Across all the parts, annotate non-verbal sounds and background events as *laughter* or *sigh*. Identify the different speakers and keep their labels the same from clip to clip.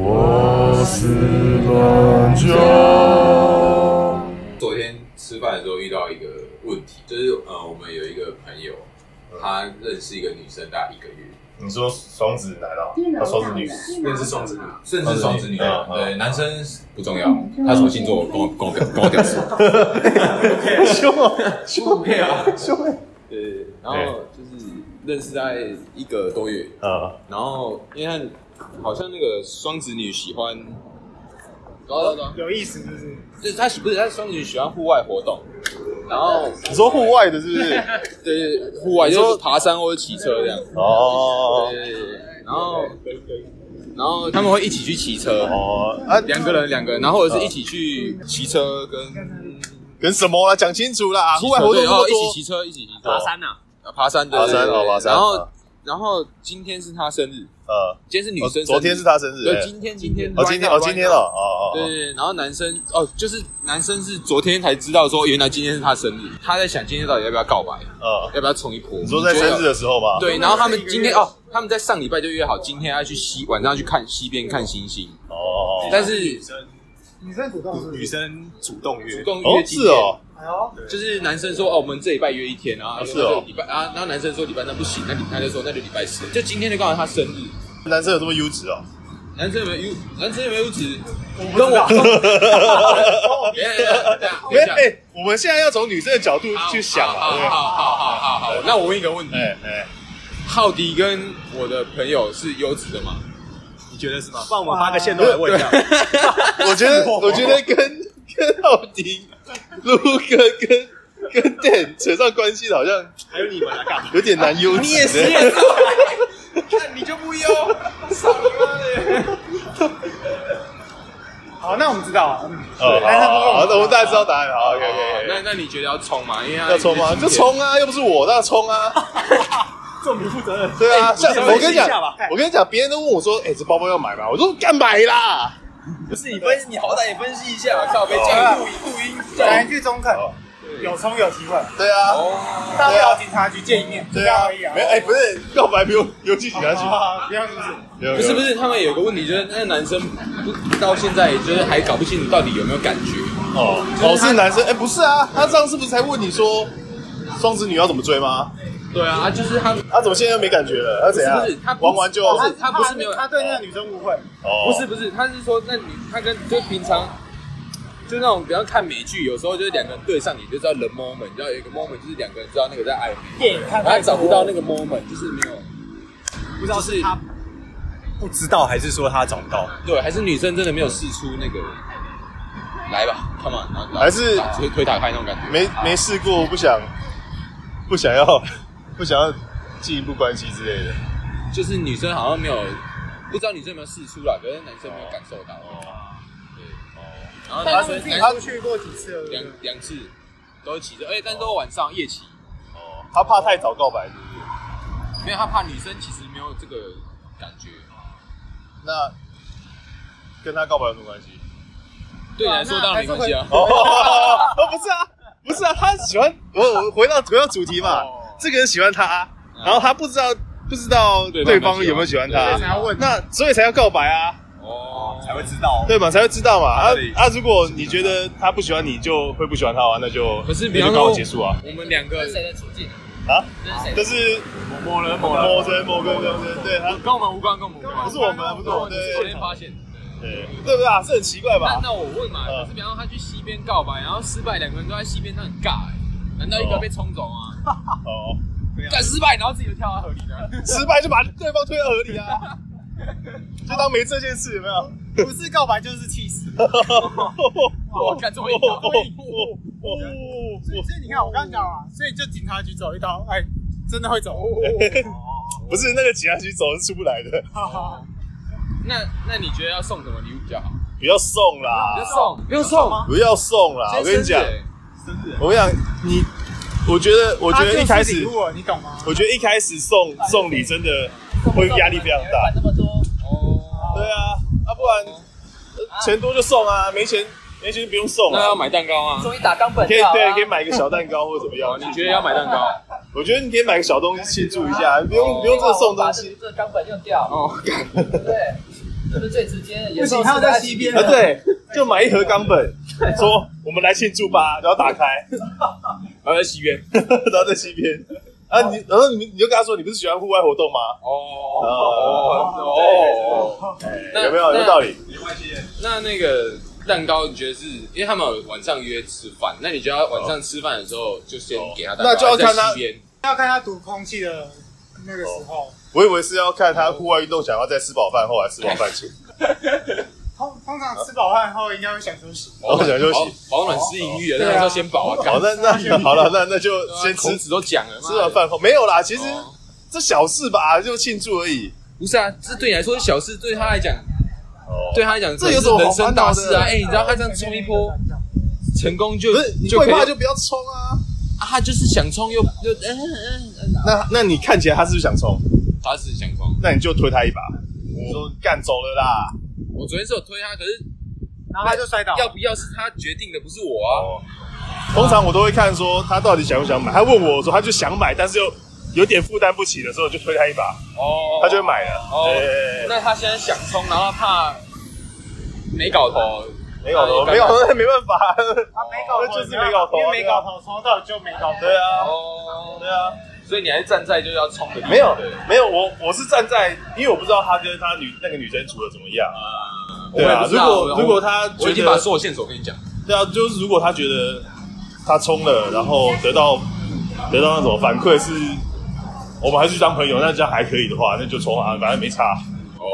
Speaker 1: 我是乱叫。
Speaker 2: 昨天吃饭的时候遇到一个问题，就是呃，我们有一个朋友，他认识一个女生大概一个月，
Speaker 3: 你说双子男啊？
Speaker 4: 电脑
Speaker 3: 他
Speaker 4: 上
Speaker 3: 双子女，
Speaker 5: 认识双子女，
Speaker 2: 甚至双子女啊，
Speaker 3: 嗯嗯
Speaker 2: 对，男生不重要，他什么星座跟我跟我表跟我表示，
Speaker 3: 凶啊！
Speaker 2: 不配啊，
Speaker 5: 对，然后就是认识在一个多月，
Speaker 3: 啊，
Speaker 5: 然后因为他好像那个双子女喜欢，哦，懂懂
Speaker 6: 有意思，是不是？
Speaker 5: 就是他不是他双子女喜欢户外活动，然后
Speaker 3: 你说户外的是不是？
Speaker 5: 对对对户外就是爬山或者骑车这样，
Speaker 3: 哦
Speaker 5: 对，对对然后然后他们会一起去骑车，
Speaker 3: 哦啊，
Speaker 5: 两个人两个人，然后或者是一起去骑车跟
Speaker 3: 跟什么啦？讲清楚啦！户外活动
Speaker 5: 对
Speaker 3: 这
Speaker 5: 然后
Speaker 3: 么
Speaker 5: 一起
Speaker 3: 多，
Speaker 5: 骑车一起骑车
Speaker 6: 爬山呐、
Speaker 5: 啊爬山对
Speaker 3: 爬
Speaker 5: 对
Speaker 3: 山
Speaker 5: 对
Speaker 3: 哦
Speaker 5: 对
Speaker 3: 爬山
Speaker 5: 然后
Speaker 3: 啊
Speaker 5: 然后今天是他生日，
Speaker 3: 呃，
Speaker 5: 今天是女
Speaker 3: 哦
Speaker 5: 生生日，
Speaker 3: 昨天是他生日，
Speaker 5: 对，
Speaker 3: 哎
Speaker 5: 今天今天
Speaker 3: 哦，今天哦，今天了，。哦
Speaker 5: 对
Speaker 3: 哦
Speaker 5: 对，对然后男生哦，就是男生是昨天才知道说，原来今天是他生日，他在想今天到底要不要告白，
Speaker 3: 哦，呃，
Speaker 5: 要不要冲一波。
Speaker 3: 你说在生日的时候吧？
Speaker 5: 对，然后他们今天哦，他们在上礼拜就约好，今天要去西晚上要去看西边看星星，
Speaker 3: 哦哦，哦
Speaker 5: 但是
Speaker 6: 女生主动
Speaker 5: 女
Speaker 6: 女
Speaker 5: 生
Speaker 6: 主动约
Speaker 5: 主动约
Speaker 3: 哦
Speaker 5: 今
Speaker 3: 是
Speaker 5: 天，
Speaker 3: 哦，
Speaker 6: 哎呦，
Speaker 5: 就是男生说哦，我们这礼拜约一天啊，
Speaker 3: 是哦
Speaker 5: 礼拜啊，然后男生说礼拜三不行，那礼他就说那就礼拜四，就今天就刚好他生日，
Speaker 3: 男生有这么优质哦？
Speaker 5: 男生有没有优？男生有没有优质？跟我，跟我等一下等
Speaker 3: 哎
Speaker 5: 一下
Speaker 3: 哎，我们现在要从女生的角度
Speaker 5: 好
Speaker 3: 去想
Speaker 5: 好好
Speaker 3: 啊，
Speaker 5: 好好好好好。那我问一个问题
Speaker 3: 对，哎哎，
Speaker 5: 浩迪跟我的朋友是优质的吗？
Speaker 6: 你觉得是吗？帮我们发个线动来问一下。
Speaker 3: 我觉得我觉得跟跟奥迪、卢哥跟跟 Dan 扯上关系的，好像
Speaker 6: 还有你们来干嘛？
Speaker 3: 有点难优质。你也是，
Speaker 5: 你就不优。
Speaker 6: *laughs* 好，那我们知道了。嗯
Speaker 3: *laughs* 哦，
Speaker 6: *laughs*
Speaker 3: 好，好那我们大家知道答案了。好，OK，OK，
Speaker 5: 那那你觉得要冲吗？因为他
Speaker 3: 要冲吗？
Speaker 5: 一
Speaker 3: 就
Speaker 5: 直
Speaker 3: 冲啊，又不是我，那冲啊。
Speaker 6: 这种不负责任。
Speaker 3: 对啊，像
Speaker 6: 你
Speaker 3: 我跟你
Speaker 6: 先
Speaker 3: 讲
Speaker 6: 试一下吧，
Speaker 3: 我跟你讲，别人都问我说，哎，这包包要买吗？我说干买啦。
Speaker 6: 不是你分析，你好歹也分析一下。
Speaker 5: 靠背这样录音录音。
Speaker 6: 讲一句中肯，有冲有机会，
Speaker 3: 对啊，
Speaker 5: 哦，
Speaker 6: 到不了警察局见一面，就这
Speaker 3: 对
Speaker 6: 样
Speaker 3: 啊
Speaker 6: 而已啊，。
Speaker 3: 没有哎，不是告白不用不用去警察
Speaker 6: 好，好
Speaker 3: 局，
Speaker 6: 好不要是不是？
Speaker 3: 没有
Speaker 5: 不是不，
Speaker 3: 没有
Speaker 5: 是，他们有个问题就是，那个男生不到现在就是还搞不清楚到底有没有感觉。
Speaker 3: 哦哦是男生哎，不是啊，他上次不是才问你说双子女要怎么追吗？
Speaker 5: 对啊，啊就是他
Speaker 3: 他怎么现在又没感觉了？他怎样
Speaker 5: 不是不是他？不
Speaker 3: 玩完就
Speaker 5: 不
Speaker 3: 哦
Speaker 5: 是他不是没有
Speaker 6: 他对那个女生误会，
Speaker 5: 不是不是，他是说，那你他跟就平常就那种，比方看美剧，有时候就是两个人对上，你就知道 the moment，你知道有一个 moment 就是两个人知道那个在暧昧，
Speaker 6: 电影
Speaker 5: 然
Speaker 6: 看
Speaker 5: 后
Speaker 6: 太
Speaker 5: 他找不到那个
Speaker 6: 个，
Speaker 5: moment，就是没有
Speaker 6: 不知道是他不知道，还是说他找不到？
Speaker 5: 对，还是女生真的没有试出那个来吧，come on，然后
Speaker 3: 还是
Speaker 5: 把推推打开那种感觉。
Speaker 3: 没没试过，不想不想要 *laughs* 不想要进一步关系之类的。
Speaker 5: 就是女生好像没有不知道女生有没有试出来，可是男生没有感受到。
Speaker 3: 哦
Speaker 5: 对，然后
Speaker 6: 他
Speaker 5: 男
Speaker 6: 们自
Speaker 5: 生
Speaker 6: 己
Speaker 5: 男
Speaker 6: 出
Speaker 5: 生
Speaker 6: 去过几次了？
Speaker 5: 两两次都是骑车，而哎且但是都晚上夜骑，
Speaker 3: 哦，他怕太早告白。
Speaker 5: 因为他怕女生其实没有这个感觉。
Speaker 3: 那跟他告白有什么关系？
Speaker 5: 对你来说当然没关系啊。 *laughs*
Speaker 3: 哦，不是啊，不是啊，他喜欢我。我回到回到主题嘛，
Speaker 5: 哦
Speaker 3: 这个人喜欢他，然后他不知道不知道
Speaker 5: 嗯对
Speaker 3: 对方有没有喜欢
Speaker 6: 对啊
Speaker 3: 他
Speaker 6: 才，要问
Speaker 3: 哦那所以才要告白啊，
Speaker 5: 哦，
Speaker 6: 才会知道。
Speaker 3: 对嘛？才会知道嘛。啊
Speaker 6: 合理
Speaker 3: 啊，如果你觉得他不喜欢你，就会不喜欢他啊，那就
Speaker 5: 可是
Speaker 3: 那
Speaker 5: 比
Speaker 3: 就
Speaker 5: 方
Speaker 3: 刚好
Speaker 5: 说
Speaker 3: 结束啊
Speaker 5: 我们两个
Speaker 7: 这是谁的处境？
Speaker 3: 啊！
Speaker 7: 这是谁的？
Speaker 3: 但是
Speaker 6: 某人某人，
Speaker 3: 某人某个人对他
Speaker 5: 跟我们无关，跟我们无关，
Speaker 3: 不是我们不是我们对
Speaker 5: 昨天发现。
Speaker 3: 对对不对啊？是很奇怪
Speaker 5: 那 *laughs*
Speaker 3: 吧？
Speaker 5: 那我问嘛，
Speaker 3: 嗯
Speaker 5: 可是比方说他去西边告白，然后失败，两个人都在西边，那很尬哎。难道一个被冲走吗？
Speaker 3: 哦，
Speaker 5: 干失败，然后自己就跳到河里的。
Speaker 3: 失败就把对方推到河里啊， *laughs* 就当没这件事，有没有？
Speaker 6: 不是告白就是气死。
Speaker 5: 我
Speaker 3: *laughs*
Speaker 5: 看这么一条，
Speaker 3: 哦
Speaker 6: 所以所以你看，我刚刚讲啊，所以就警察局走一刀，哎，真的会走。
Speaker 3: 不是那个警察局走是出不来的，
Speaker 6: 好好
Speaker 5: 那那你觉得要送什么礼物比较好？
Speaker 3: 不要送
Speaker 5: 不要
Speaker 3: 啦，
Speaker 5: 送，不用送
Speaker 6: 吗
Speaker 3: 不要送啦！我跟你讲，
Speaker 6: 真的。
Speaker 3: 我跟你讲，你，我觉得，我觉得一开始，
Speaker 6: 哦你懂吗？
Speaker 3: 我觉得一开始送送礼真的会压力非常大
Speaker 7: 管。那么多，
Speaker 5: 哦。
Speaker 3: 对啊，啊不然呃钱多就送啊，没钱没钱就不用送
Speaker 5: 那要
Speaker 3: 啊。
Speaker 5: 买蛋糕吗？
Speaker 7: 终于打冈本
Speaker 3: 可以
Speaker 7: 料啊
Speaker 3: 对，可以买个小蛋糕或者怎
Speaker 5: *laughs*
Speaker 3: 么样
Speaker 5: 哦，？你觉得要买蛋糕？
Speaker 3: 我觉得你可以买个小东西庆祝一下，不用
Speaker 5: 哦
Speaker 3: 不用这
Speaker 7: 这
Speaker 3: 送东西。
Speaker 7: 这冈本用掉，
Speaker 5: 哦，
Speaker 7: 对不对？
Speaker 4: 就是最直接的，也
Speaker 6: 不行，
Speaker 4: 是
Speaker 6: 他要在西边
Speaker 3: 啊，
Speaker 6: 的，
Speaker 3: 对，就买一盒冈
Speaker 5: *laughs*
Speaker 3: 本，说我们来庆祝吧，然后打开， *laughs* 然后在西边，然后在西边，啊，你，然后你你就跟他说，你不是喜欢户外活动吗？
Speaker 5: 哦
Speaker 3: 哦
Speaker 5: 哦，那
Speaker 3: 有没有有没有道理？
Speaker 6: 没关系。
Speaker 5: 那那个蛋糕，你觉得是因为他们有晚上约吃饭，那你觉得他晚上吃饭的时候就先给他蛋糕，
Speaker 3: 哦那就要看他
Speaker 5: 还是在西边
Speaker 6: 要看他读空气的那个时候，
Speaker 3: 我以为是要看他户外运动想要在吃饱饭后还是吃饱饭 *laughs* 前，
Speaker 6: 通通常吃饱饭后应该会想休息。
Speaker 3: 然后哦想哦休息。
Speaker 5: 哦保暖是隐喻的，
Speaker 6: 对啊
Speaker 5: 那要先饱啊。
Speaker 3: 好，哦那那好了，那那就先吃
Speaker 5: 孔子都讲了，
Speaker 3: 吃完饭后没有啦，其
Speaker 5: 其
Speaker 3: 实这小事吧，就庆祝而已。
Speaker 5: 不是啊，这对你来说是小事，对他来讲，
Speaker 3: 哦
Speaker 5: 对他来讲
Speaker 3: 这有
Speaker 5: 是
Speaker 3: 什么好
Speaker 5: 人生大事
Speaker 3: 烦恼
Speaker 5: 啊。
Speaker 3: 的
Speaker 5: 哎，你知道他这样冲一波成功就
Speaker 3: 啊不是你
Speaker 5: 就可
Speaker 3: 会
Speaker 5: 以
Speaker 3: 怕就不要冲啊。
Speaker 5: 啊，他就是想冲又又嗯嗯嗯，
Speaker 3: 那那你看起来他是不是想冲？
Speaker 5: 他是想冲。
Speaker 3: 那你就推他一把，你说干走了啦。
Speaker 5: 我昨天是有推他，可是
Speaker 6: 然后他就摔倒。
Speaker 5: 要不要是他决定的，不是我啊。
Speaker 3: 哦，通常我都会看说他到底想不想买。他问我说他就想买，但是又有点负担不起的时候，就推他一把，
Speaker 5: 哦，
Speaker 3: 他就会买了。
Speaker 5: 哦
Speaker 3: 哎
Speaker 5: 那他现在想冲，然后怕没搞头，
Speaker 3: 没搞头，没搞头，那没办法。
Speaker 6: 他没搞头，
Speaker 3: 那就是没搞头啊
Speaker 6: 因为没搞头，从头到尾就没搞头。
Speaker 3: 对啊，
Speaker 5: 哦，
Speaker 3: 对啊。
Speaker 5: 所以你还是站在就是要冲的地方，
Speaker 3: 没有
Speaker 5: 对
Speaker 3: 没有，我我是站在，因为我不知道他跟他女那个女生处的怎么样。对
Speaker 5: 我也
Speaker 3: 啊，
Speaker 5: 不知
Speaker 3: 如
Speaker 5: 道
Speaker 3: 果
Speaker 5: 我
Speaker 3: 如果他
Speaker 5: 我
Speaker 3: 觉
Speaker 5: 已经把
Speaker 3: 得
Speaker 5: 所有线索跟你讲，
Speaker 3: 对啊，就是如果他觉得他冲了，然后得到得到那种反馈是，我们还是当朋友，那这样还可以的话，那就冲啊，反正没差。
Speaker 5: 哦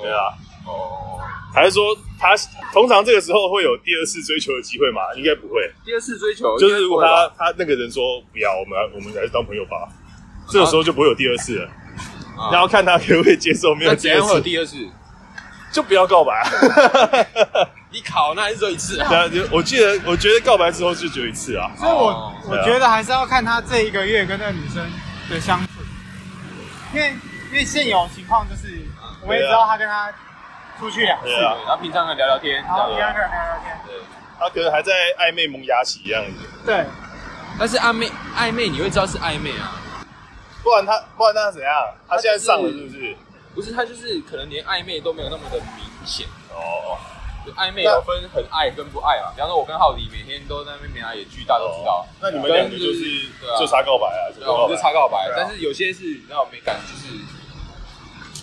Speaker 3: 对，啊，
Speaker 5: 哦，
Speaker 3: 还是说他通常这个时候会有第二次追求的机会吗？应该不会。
Speaker 5: 第二次追求
Speaker 3: 就是如果
Speaker 5: 哦应该不会吧
Speaker 3: 他他那个人说不要，我们我们还是当朋友吧，这个时候就不会有第二次了。
Speaker 5: 啊
Speaker 3: 然后看他可不可以接受，没有
Speaker 5: 那
Speaker 3: 第
Speaker 5: 怎
Speaker 3: 二
Speaker 5: 样会有
Speaker 3: 次。
Speaker 5: 第二次？
Speaker 3: 就不要告白、 *laughs* 啊。
Speaker 5: 你考那还是只有一
Speaker 3: *laughs*
Speaker 5: 次啊？
Speaker 3: 然后就我记得，我觉得告白之后就只有一次啊。
Speaker 6: 所以我
Speaker 5: 哦
Speaker 6: 我觉得还是要看他这一个月跟那个女生的相处，因为因为现有情况就是，我也知道他跟他出去两次，
Speaker 3: 对啊，
Speaker 5: 然后平常可能聊聊天，
Speaker 6: 然后第二个人聊聊天，
Speaker 3: 他可能还在暧昧萌芽期这样子，
Speaker 6: 对，
Speaker 5: 但是暧昧暧昧你会知道是暧昧啊，
Speaker 3: 不然他不然他怎样？他现在上了是不是？
Speaker 5: 不是他就是可能连暧昧都没有那么的明显。
Speaker 3: 哦，
Speaker 5: 就暧昧有分很爱跟不爱嘛，比方说我跟浩迪每天都在那边眉来眼去，大家都知
Speaker 3: 哦
Speaker 5: 道。
Speaker 3: 那你们两个就是就差告白啊，就
Speaker 5: 对啊，我们就
Speaker 3: 差
Speaker 5: 插
Speaker 3: 告白。
Speaker 5: 告白，
Speaker 3: 对啊
Speaker 5: 但是有些是你知道没感，就是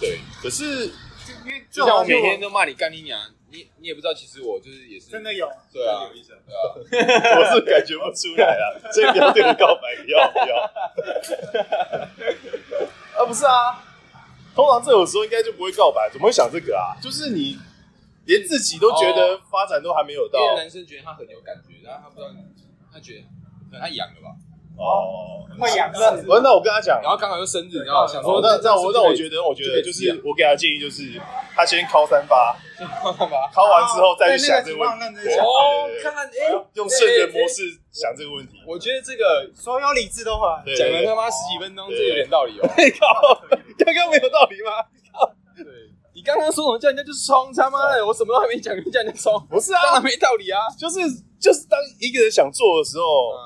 Speaker 5: 对，
Speaker 3: 可是
Speaker 6: 就因为这
Speaker 5: 就像我
Speaker 6: 种
Speaker 5: 每天都骂你干你娘，你你也不知道，其实我就是也是
Speaker 6: 真的有，
Speaker 5: 对啊，对啊，
Speaker 3: 我是感觉不出来啊，所以不要对我告白，不要不要。啊，不是啊，通常这种时候应该就不会告白，怎么会想这个啊？就是你连自己都觉得发展都还没有到
Speaker 5: 哦因为男生觉得他很有感觉，然后他不知道他觉得可能他痒了吧，
Speaker 3: 哦。
Speaker 6: 会养
Speaker 3: 那
Speaker 6: 生，
Speaker 3: 我那我跟他讲
Speaker 5: 然，后刚好又生日，然后想说
Speaker 3: 哦那那我那我觉
Speaker 5: 得
Speaker 3: 得，我觉
Speaker 5: 就可
Speaker 3: 得
Speaker 5: 以
Speaker 3: 就是我给他建议就是，他先敲三发，
Speaker 5: 干嘛？
Speaker 3: 敲完之后再去
Speaker 6: 在那
Speaker 3: 想
Speaker 6: 个
Speaker 3: 这
Speaker 6: 情
Speaker 3: 个问
Speaker 6: 况
Speaker 3: 题，
Speaker 6: 认真
Speaker 3: 对
Speaker 6: 想，
Speaker 5: 哦
Speaker 3: 对，对
Speaker 5: 看
Speaker 3: 对
Speaker 5: 哎，
Speaker 3: 用圣人模
Speaker 5: 哎。哎哎
Speaker 3: 式想这个问题。
Speaker 5: 我觉得这个
Speaker 6: 所有理智都回来，
Speaker 3: 对
Speaker 5: 讲
Speaker 3: 对
Speaker 5: 了
Speaker 3: 对
Speaker 5: 他妈十几分钟，
Speaker 3: 对
Speaker 5: 这有点道
Speaker 3: *laughs*
Speaker 5: 理哦。
Speaker 3: 对，靠，刚刚没有道理吗？
Speaker 5: 对，你刚刚说什么叫人家就是冲，他妈的，我什么都还没讲，就叫人家冲，
Speaker 3: 不是
Speaker 5: 当
Speaker 3: 啊
Speaker 5: 然，没道理啊。
Speaker 3: 就是就是当一个人想做的时候，
Speaker 5: 嗯，哦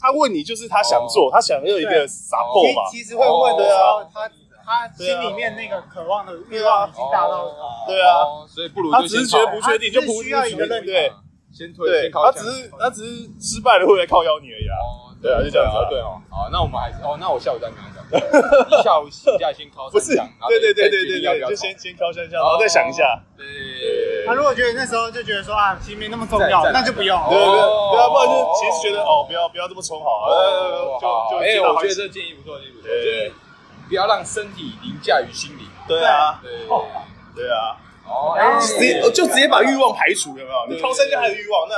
Speaker 3: 他问你就是他想做，他想要一个
Speaker 6: 对
Speaker 3: 撒破嘛。
Speaker 6: 其其实会问的时
Speaker 3: 哦
Speaker 6: 候，他他
Speaker 3: 啊对啊
Speaker 6: 心里面那个渴望的欲望已经达到了，
Speaker 3: 对啊，
Speaker 5: 哦，所以不如
Speaker 3: 他
Speaker 5: 就
Speaker 3: 只是
Speaker 5: 先
Speaker 3: 觉
Speaker 5: 冲
Speaker 3: 得不确定，就
Speaker 6: 他只是
Speaker 3: 不
Speaker 6: 需要一个认可
Speaker 3: 对
Speaker 5: 先推，
Speaker 3: 对，
Speaker 5: 先靠
Speaker 3: 他
Speaker 5: 墙
Speaker 3: 只是他只是失败了会来靠邀你而已啊。
Speaker 5: 哦，
Speaker 3: 对啊，就这样子啊。
Speaker 5: 对哦，好，那我们还是哦，那我下午再跟他讲，你下午请假先靠
Speaker 3: 不
Speaker 5: 三
Speaker 3: 是
Speaker 5: 枪，然后
Speaker 3: 对对对
Speaker 5: 再
Speaker 3: 对
Speaker 5: 决
Speaker 3: 对
Speaker 5: 定要不
Speaker 3: 对，
Speaker 5: 要哦
Speaker 3: 就
Speaker 5: 冲
Speaker 3: 先先敲三下，然后再想一下。
Speaker 5: 对对
Speaker 6: 他如果觉得那时候就觉得说啊，其实没那么重要
Speaker 5: 再，再来
Speaker 6: 那就不用。
Speaker 5: 哦
Speaker 3: 对对对，对啊，
Speaker 5: 哦
Speaker 3: 不然就其实觉得哦，不要不要这么冲好了，
Speaker 5: 哦，好
Speaker 3: 呃就就
Speaker 5: 哎，
Speaker 3: 就到
Speaker 5: 我
Speaker 3: 好
Speaker 5: 觉
Speaker 3: 几
Speaker 5: 得这建议不错，建议不错，就是不要让身体凌驾于心灵。
Speaker 3: 对啊
Speaker 5: 对，
Speaker 3: 对啊，
Speaker 5: 哦，哎，
Speaker 3: 直接就直接把欲望排除，有没有？你靠三下还有欲望，那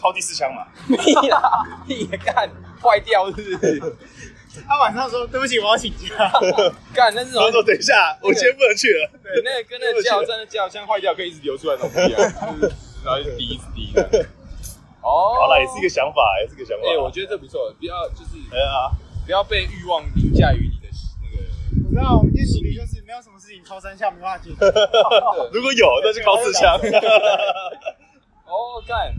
Speaker 3: 靠第四枪嘛。
Speaker 5: 屁啦，屁干坏掉是不是？
Speaker 6: 他晚上说对不起，我要请假。 *laughs*
Speaker 5: 干，那是
Speaker 3: 然后说等一下，我今天不能去了。
Speaker 5: 对，那个跟那个加油站的加油枪坏掉，可以一直流出来那种屁啊，就是然后一直滴一直滴的。哦，
Speaker 3: 好了，也是一个。想法，也是一个想法。
Speaker 5: 哎、我觉得这不错，不要就是
Speaker 3: 对啊，
Speaker 5: 不要被欲望凌驾于你的那
Speaker 6: 你知道我们今天主题就是没有什么事情靠三下没办法解决，
Speaker 3: 如果有，那就靠四枪。
Speaker 5: 个。哦，干，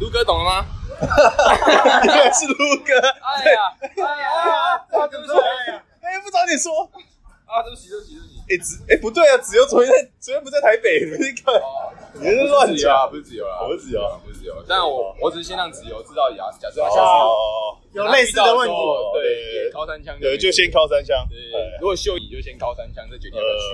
Speaker 5: 卢哥懂了吗？
Speaker 3: 因为是卢哥，
Speaker 5: 哎呀，哎呀，啊，对不起，
Speaker 3: 哎，不早点说。
Speaker 5: 啊，对不起，对不起，对不起。
Speaker 3: 哎子哎不对啊，子由昨天在昨天不在台北，你看
Speaker 5: 哦，
Speaker 3: 你是乱
Speaker 5: 不是子由啊，
Speaker 3: 讲。我
Speaker 5: 不是自由啦，
Speaker 3: 不是子由啊
Speaker 5: 不是自由。但我我只是先让自由知道牙，假设他下次
Speaker 3: 哦，
Speaker 6: 有类似的问题，
Speaker 5: 对，高三枪
Speaker 3: 对，就先靠三枪。
Speaker 5: 对，如果秀你就先高三枪，再决定
Speaker 3: 呃
Speaker 5: 要不要去。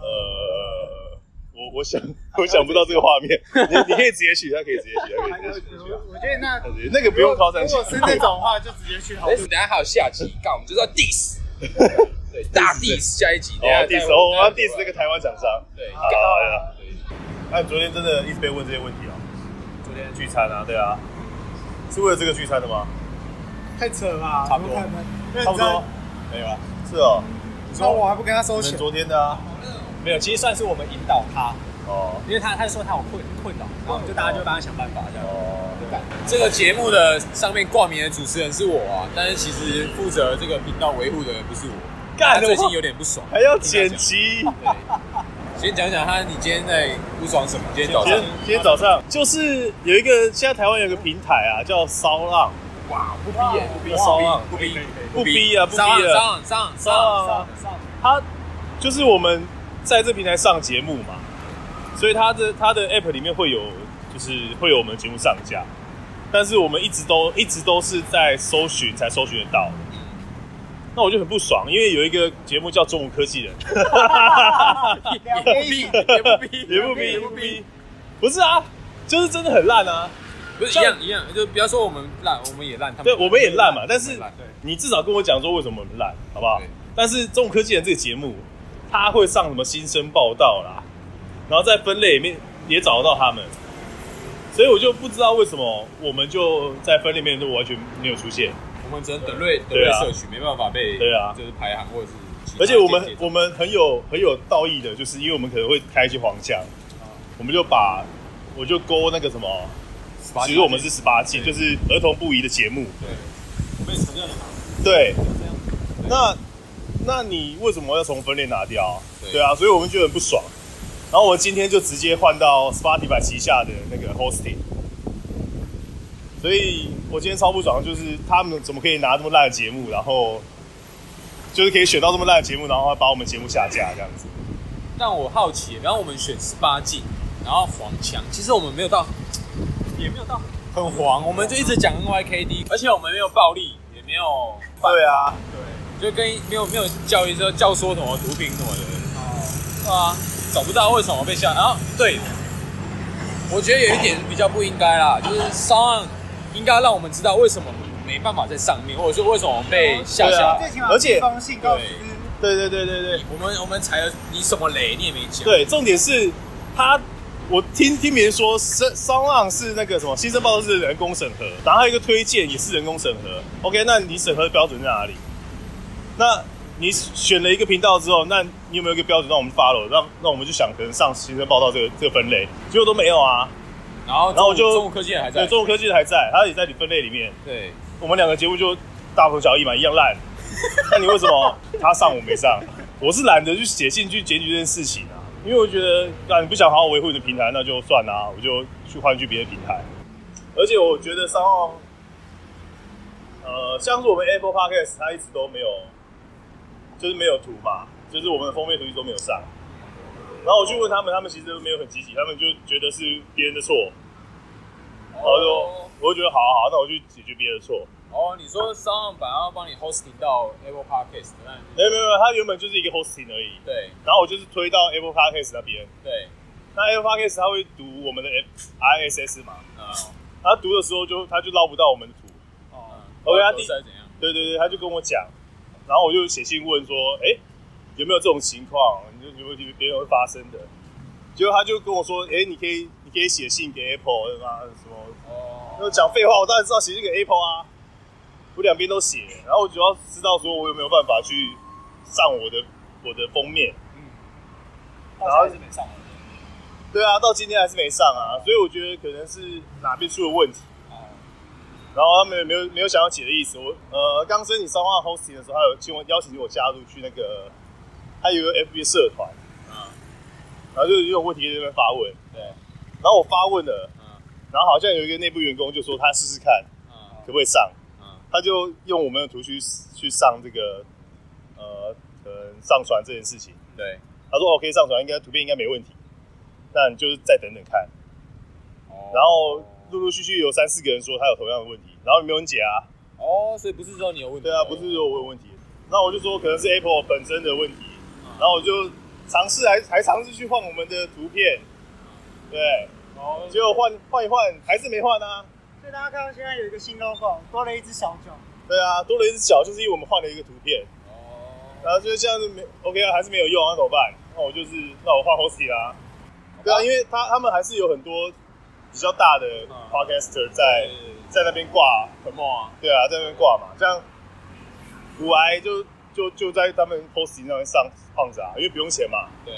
Speaker 3: 呃，我我想我想不到这个画面，你你可以直接去，他可以直接去，他可以直接去。
Speaker 6: 我觉得那
Speaker 3: 他直接那个不用靠三
Speaker 6: 如
Speaker 3: 枪哦
Speaker 6: 果，是那种的话，就直接去好
Speaker 5: 哎，。等一下还有下集，干，我们就是要
Speaker 3: *laughs*
Speaker 5: diss，对，大 diss 下一集，等一下
Speaker 3: 哦，diss 哦，我们要 diss 那个台湾厂商。
Speaker 5: 对，
Speaker 3: 好了好了。那你昨天真的一直被问这些问题哦？昨天聚餐啊，对啊，是为了这个聚餐的吗？
Speaker 6: 太扯了吧，
Speaker 3: 差不多
Speaker 6: 怎么可能
Speaker 3: 差不
Speaker 6: 认
Speaker 3: 多没
Speaker 6: 真，，
Speaker 3: 有啊。是哦，
Speaker 6: 那我还不跟他收
Speaker 3: 我
Speaker 6: 钱
Speaker 3: 们，昨天的啊，
Speaker 4: 没有，其实算是我们引导他，
Speaker 3: 哦
Speaker 4: 因为他他说他有困困扰，然后我们就大家就帮他想办法这样。
Speaker 3: 哦，
Speaker 5: 这个节目的上面挂名的主持人是我啊，但是其实负责这个频道维护的人不是我，他
Speaker 3: 干
Speaker 5: 最近
Speaker 3: 我
Speaker 5: 有点不爽。
Speaker 3: 还要剪辑。
Speaker 5: 先讲讲他，你今天在不爽什么？今天早
Speaker 3: 今
Speaker 5: 上
Speaker 3: 天今天早上就是有一个，现在台湾有一个平台啊，叫骚浪，
Speaker 5: 不逼耶，不逼，
Speaker 3: 骚浪，
Speaker 5: 不逼，
Speaker 3: 不逼啊，不逼
Speaker 5: 上
Speaker 3: 啊，
Speaker 5: 上上
Speaker 3: 骚浪啊，它就是我们在这平台上节目嘛，所以它的它的 app 里面会有，就是会有我们节目上架，但是我们一直都一直都是在搜寻才搜寻得到的。那我就很不爽，因为有一个节目叫《中午科技人》，
Speaker 5: 也不逼， *laughs* 也不逼，
Speaker 3: 也不逼，也不逼，不是啊，就是真的很烂啊。
Speaker 5: 不是一样一样，就不要说我们烂，我们也烂，他们
Speaker 3: 对，我们也烂嘛，但是
Speaker 5: 烂对
Speaker 3: 你至少跟我讲说为什么我们烂，好不好
Speaker 5: 对？
Speaker 3: 但是《中国科技人》这个节目，他会上什么新生报道啦，然后在分类里面也找得到他们，所以我就不知道为什么我们就在分类里面就完全没有出现，
Speaker 5: 我们只能等瑞等
Speaker 3: 对
Speaker 5: 瑞
Speaker 3: 啊
Speaker 5: 社区，没办法被
Speaker 3: 对啊
Speaker 5: 就是排行或者是其他
Speaker 3: 而且我
Speaker 5: 间
Speaker 3: 们
Speaker 5: 接
Speaker 3: 我们很有很有道义的，就是因为我们可能会开一些黄腔，我们就把我就勾那个什么，
Speaker 5: 把
Speaker 3: 其实我们是十八禁，就是儿童不宜的节目。
Speaker 4: 我被承认了嘛？
Speaker 3: 对
Speaker 4: 这样，
Speaker 3: 那那你为什么要从分类拿掉啊？
Speaker 5: 对
Speaker 3: 对啊，所以我们觉得很不爽。然后我今天就直接换到 Spotify 旗下的那个 hosting，所以我今天超不爽，就是他们怎么可以拿这么烂的节目，然后就是可以选到这么烂的节目，然后把我们节目下架这样子。
Speaker 5: 但我好奇，然后我们选十八禁，然后黄腔，其实我们没有到
Speaker 4: 也没有到，
Speaker 5: 很黄，我们就一直讲 NYKD，而且我们没有暴力，也没有
Speaker 3: 对啊，
Speaker 5: 就跟没有没有教育说教唆什么毒品什么的。哦，对啊，找不到为什么被下。然后对，我觉得有一点比较不应该啦，就是上岸应该让我们知道为什么没办法在上面，或者说为什么我们被下
Speaker 3: 对
Speaker 5: 下
Speaker 3: 啊
Speaker 5: 来。
Speaker 6: 最起码
Speaker 3: 而且
Speaker 6: 寄封信告知
Speaker 5: 对
Speaker 3: 对对对对对
Speaker 5: 我们我们踩了你什么雷，你也没讲。
Speaker 3: 对，重点是他，我听听别人说，商商浪是那个什么新生报道是人工审核，然后还有一个推荐也是人工审核。OK，那你审核的标准在哪里？那你选了一个频道之后，那你有没有一个标准让我们 follow？让那我们就想可能上新生报道这个这个分类，结果都没有啊。
Speaker 5: 然后
Speaker 3: 然后我就
Speaker 5: 中午科技人还在
Speaker 3: 对，。中国科技还在，它也在你分类里面。
Speaker 5: 对，
Speaker 3: 我们两个节目就大同小异嘛，一样烂。那你为什么他上我没上？我是懒得去写信去检举这件事情啊，因为我觉得啊，你不想好好维护你的平台，那就算啦、我就去换去别的平台。而且我觉得三号，呃，像是我们 Apple Podcast，它一直都没有，就是没有图嘛，就是我们的封面图一直都没有上。然后我去问他们，他们其实没有很积极，他们就觉得是别人的错。然后就我就觉得好啊好啊，那我去解决别人的错。
Speaker 5: 哦，你说上岸版要帮你 hosting 到 Apple Podcast，那你
Speaker 3: 没有没有，没有它原本就是一个 hosting 而已。
Speaker 5: 对
Speaker 3: 然后我就是推到 Apple Podcast 那边，
Speaker 5: 对，
Speaker 3: 那 Apple Podcast 它会读我们的 RSS 嘛，
Speaker 5: 啊，
Speaker 3: 它读的时候就它就捞不到我们的图。
Speaker 5: 哦
Speaker 3: OK，他第啊
Speaker 5: 第三怎样？
Speaker 3: 对对对，他就跟我讲，然后我就写信问说，哎，有没有这种情况？你有没有别人会发生的？结果他就跟我说，哎，你可以你可以写信给 Apple 什么什么
Speaker 5: 哦，
Speaker 3: 那讲废话，我当然知道写这个 Apple 啊，我两边都写，然后我主要知道说我有没有办法去上我的我的封面，嗯，然后
Speaker 4: 是没上。
Speaker 3: 对啊，到今天还是没上啊，所以我觉得可能是哪边出了问题，
Speaker 5: 哦
Speaker 3: 然后他们也没有没有想要解的意思。我呃刚申请三万 hosting 的时候，他有请我邀请我加入去那个，他有一个 FB 社团，
Speaker 5: 嗯
Speaker 3: 然后就有问题在那边发问，
Speaker 5: 对，
Speaker 3: 然后我发问了，
Speaker 5: 嗯
Speaker 3: 然后好像有一个内部员工就说他试试看
Speaker 5: 嗯
Speaker 3: 可不可以上。
Speaker 5: 嗯
Speaker 3: 他就用我们的图去去上这个呃，可能上传这件事情。
Speaker 5: 对，
Speaker 3: 他说 OK 上传应该图片应该没问题，那你就是再等等看。然后陆陆续续有三四个人说他有同样的问题，然后也没有人解啊。
Speaker 5: 哦，所以不是说你有问题，
Speaker 3: 对啊，不是说我有问题，那我就说可能是 Apple 本身的问题，然后我就尝试还还尝试去换我们的图片，对，
Speaker 5: 哦，
Speaker 3: 结果换换一换还是没换啊。
Speaker 6: 所以大家看到现在有一个新 logo，多了一只小九，
Speaker 3: 对啊，多了一只脚，就是因为我们换了一个图片，
Speaker 5: 哦，
Speaker 3: 然后就是这样子没 OK 啊，还是没有用，那怎么办？那我就是那我换 Hosty 啦、对啊，因为他他们还是有很多比较大的 podcaster 在在那边挂，
Speaker 5: 什么啊？
Speaker 3: 对啊，在那边挂嘛，像古癌就就就在他们 Hosty 上面上放着啊，因为不用钱嘛。
Speaker 5: 对，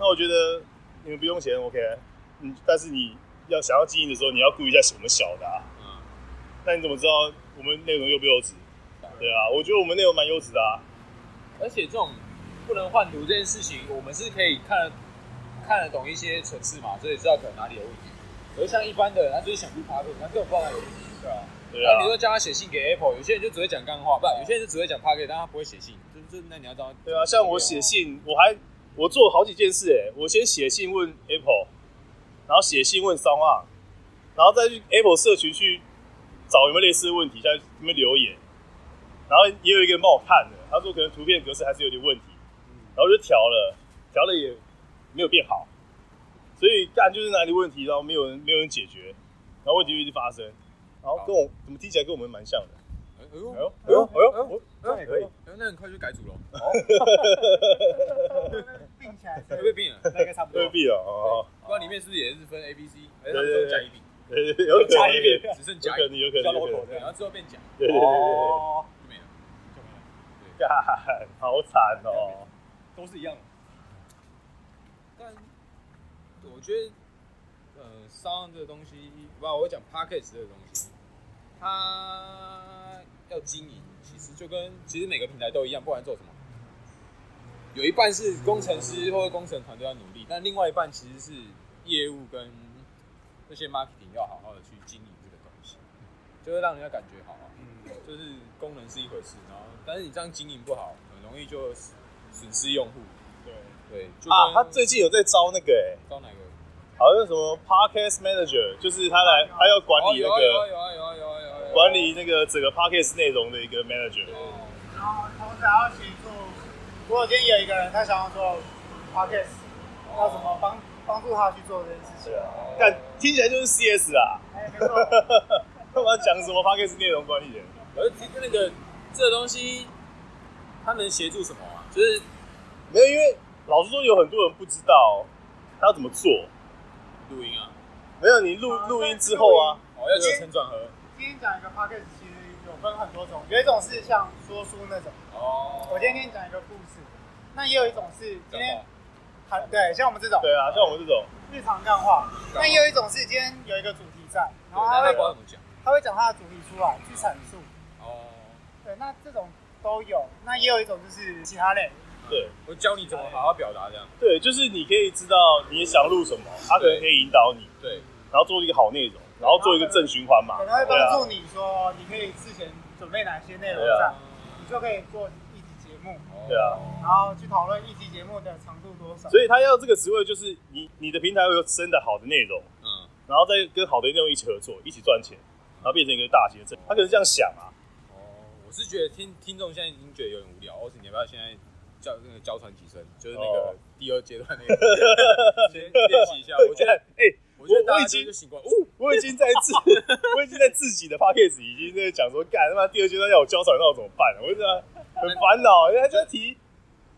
Speaker 3: 那我觉得你们不用钱 OK，嗯，但是你要想要经营的时候，你要顾一下什么小的啊。
Speaker 5: 嗯，
Speaker 3: 那你怎么知道我们内容优不优质？对啊，我觉得我们内容蛮优质的啊。
Speaker 5: 而且这种不能换图这件事情，我们是可以看得看得懂一些蠢事嘛，所以知道可能哪里有问题。可是像一般的人，他就是想去爬滚，他根本不知道哪里有问题，对啊。
Speaker 3: 对
Speaker 5: 然
Speaker 3: 啊
Speaker 5: 后你，说叫他写信给 Apple，有些人就只会讲干话，不，有些人就只会讲 p a r k 但他不会写信，就是那你要找
Speaker 3: 对啊，像我写信，我还我做好几件事诶、我先写信问 Apple，然后写信问商啊，然后再去 Apple 社群去找有没有类似的问题，在里面留言。然后也有一个人帮我看的，他说可能图片格式还是有点问题，然后我就调了，调了也没有变好，所以干就是哪里问题，然后没有人没有人解决，然后问题就一直发生，然后跟我怎么听起来跟我们蛮像的，
Speaker 5: 哎呦
Speaker 3: 哎呦哎呦哎呦哎呦，
Speaker 4: 这样也可以。
Speaker 5: 哎呦，那很快就改组
Speaker 3: *laughs*
Speaker 5: 了，
Speaker 6: 并起来
Speaker 5: 有被病了，
Speaker 4: 那应该差不多
Speaker 3: 对。必了哦，
Speaker 5: 不知道里面是不是也是分 A、B、C，还是
Speaker 3: 对对对
Speaker 5: 甲
Speaker 3: *laughs*
Speaker 5: 乙丙，
Speaker 3: 对对对有可能
Speaker 4: 加一遍
Speaker 5: 只剩
Speaker 3: 有
Speaker 5: 甲
Speaker 3: 可
Speaker 5: 乙，
Speaker 3: 能有可能有可
Speaker 4: 加
Speaker 3: 能有可
Speaker 4: logo
Speaker 3: 能，
Speaker 5: 对，然后之后变甲
Speaker 3: 对对对对对，
Speaker 4: 哦，
Speaker 5: 就没了，就没了。
Speaker 3: 干好惨哦，
Speaker 4: 都是一样的。
Speaker 5: 但我觉得，呃，商这个东西，不，我讲 p a c k a g e 这个东西，它要经营，其实就跟其实每个平台都一样，不管做什么，有一半是工程师或者工程团队要努力，但另外一半其实是业务跟那些 marketing 要好好的去经营这个东西，就会让人家感觉好好。
Speaker 4: 嗯，
Speaker 5: 就是功能是一回事，然后但是你这样经营不好，很容易就损损失用户。
Speaker 4: 对。
Speaker 5: 对，就
Speaker 3: 啊，
Speaker 5: 跟
Speaker 3: 他最近有在招那个诶、
Speaker 5: 招哪个？
Speaker 3: 好像什么 podcast manager，就是他来他要管理那
Speaker 5: 哦有啊
Speaker 3: 个
Speaker 5: 有啊有啊有啊有啊有啊有啊
Speaker 3: 管理那个整个 podcast 内容的一个 manager，
Speaker 5: 哦
Speaker 6: 然后同时还要写出，如果今天有一个人他想要做 podcast，要怎么帮帮助他去做这件事情？
Speaker 3: 但听起来就是 CS *laughs* 啊，
Speaker 6: 哎，没错，
Speaker 3: 干嘛讲什么 podcast 内容管理人？
Speaker 5: 而其实那个这个东西，它能协助什么啊？就是
Speaker 3: 没有，因为老实说，有很多人不知道他要怎么做。
Speaker 5: 录音啊，
Speaker 3: 没有，你录录音之后啊，
Speaker 5: 哦要起承转合
Speaker 6: 今天讲一个 podcast，其实有分很多种，有一种是像说书那种，
Speaker 5: 哦
Speaker 6: 我今天跟你讲一个故事，那也有一种是今天谈对，像我们这种
Speaker 3: 对啊，像我们这种，
Speaker 6: 日常干话，那也有一种是今天有一个主题在，然后他
Speaker 5: 那他不知道
Speaker 6: 会
Speaker 5: 怎么讲
Speaker 6: 他会讲他的主题出来去阐述，
Speaker 5: 哦，
Speaker 6: 对，那这种都有，那也有一种就是其他类，
Speaker 3: 对
Speaker 5: 我教你怎么好好表达这样，
Speaker 3: 对，就是你可以知道你想录什么，他可能可以引导你，
Speaker 5: 对，
Speaker 3: 然后做一个好内容，然后做一个正循环嘛，
Speaker 6: 可能会
Speaker 3: 对
Speaker 6: 帮
Speaker 3: 啊
Speaker 6: 助，你说你可以事前准备哪些内容
Speaker 3: 对
Speaker 6: 在
Speaker 3: 啊，
Speaker 6: 你就可以做一集节目，
Speaker 3: 对啊。
Speaker 6: 然后去讨论一集节目的长度多少。
Speaker 3: 所以他要这个职位，就是你你的平台会有真的好的内容，
Speaker 5: 嗯，
Speaker 3: 然后再跟好的内容一起合作，一起赚钱，然后变成一个大型的正。他可能这样想啊，
Speaker 5: 哦，我是觉得听听众现在已经觉得有点无聊，或是你要不要现在教那个教传几声，就是那
Speaker 3: 哦
Speaker 5: 个第二阶段
Speaker 3: *laughs*
Speaker 5: 那个，先练习一下。我觉得，
Speaker 3: 哎、
Speaker 5: 我觉得
Speaker 3: 我
Speaker 5: 大
Speaker 3: 我已
Speaker 5: 家
Speaker 3: 经
Speaker 5: 就醒过来，哦，
Speaker 3: 我已经在
Speaker 6: *laughs*
Speaker 3: 自我已经在自己的 podcast 已经在讲说，干他妈第二阶段要我交传，那我怎么办？我就觉得很烦恼，哎因为他就在提，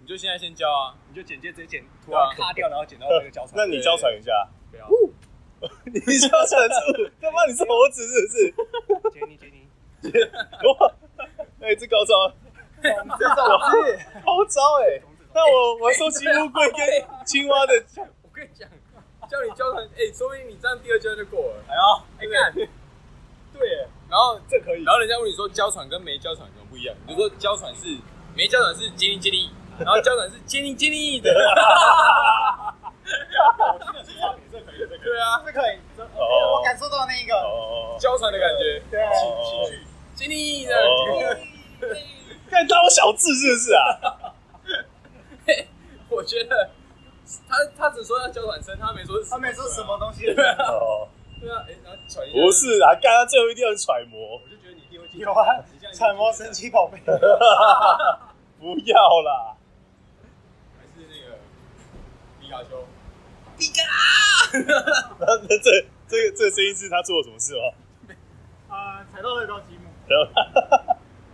Speaker 5: 你就现在先教啊。
Speaker 4: 你就剪接直接剪，突
Speaker 5: 对啊
Speaker 4: 然卡掉，然后剪到那个交叉。
Speaker 3: 那你交传一下，
Speaker 4: 不
Speaker 6: 啊
Speaker 4: 要，
Speaker 3: *laughs* 你交传住，他妈你是猴子是不是？
Speaker 4: 杰尼杰
Speaker 6: *laughs*
Speaker 4: 尼，
Speaker 3: 哇， *laughs* 哎、这高招，
Speaker 6: 这种是
Speaker 3: 高招哎、那我我收集乌龟跟青蛙的
Speaker 5: 我跟你讲，叫你交传，哎、说不定你这样第二阶段就过了。
Speaker 4: 哎呀，
Speaker 5: 哎、看，
Speaker 4: 对耶，
Speaker 5: 然后
Speaker 4: 这可以
Speaker 5: 然后人家问你说交传跟没交传有什么不一样？你就说交传是没交传是接力接力，然后交传是接力接力的。
Speaker 4: 我听的是差别，这可以，这可以。
Speaker 5: 对啊，
Speaker 6: 这可以，
Speaker 4: 哦
Speaker 6: 我感受到那一个，
Speaker 3: 哦，
Speaker 5: 交传的感觉，
Speaker 6: 对，
Speaker 3: 情绪。
Speaker 5: 接力的感觉。
Speaker 3: 看当我小智是不是啊？
Speaker 5: 他只说要交转身，他没说是
Speaker 6: 他没说什么东西， *laughs*
Speaker 3: 哦，
Speaker 5: 对啊，哎，然后转一下，
Speaker 3: 不是啦，干他最后一定要揣摩，
Speaker 4: 我就觉得你一定会记
Speaker 6: 有啊
Speaker 4: 你这样一定会记得
Speaker 6: 揣摩神奇宝贝，
Speaker 3: *laughs* 不要啦，
Speaker 4: 还是那个皮卡丘，
Speaker 3: 那那这这个这个声音是他做了什么事吗？
Speaker 6: 呃，踩到乐高积木，
Speaker 3: 然后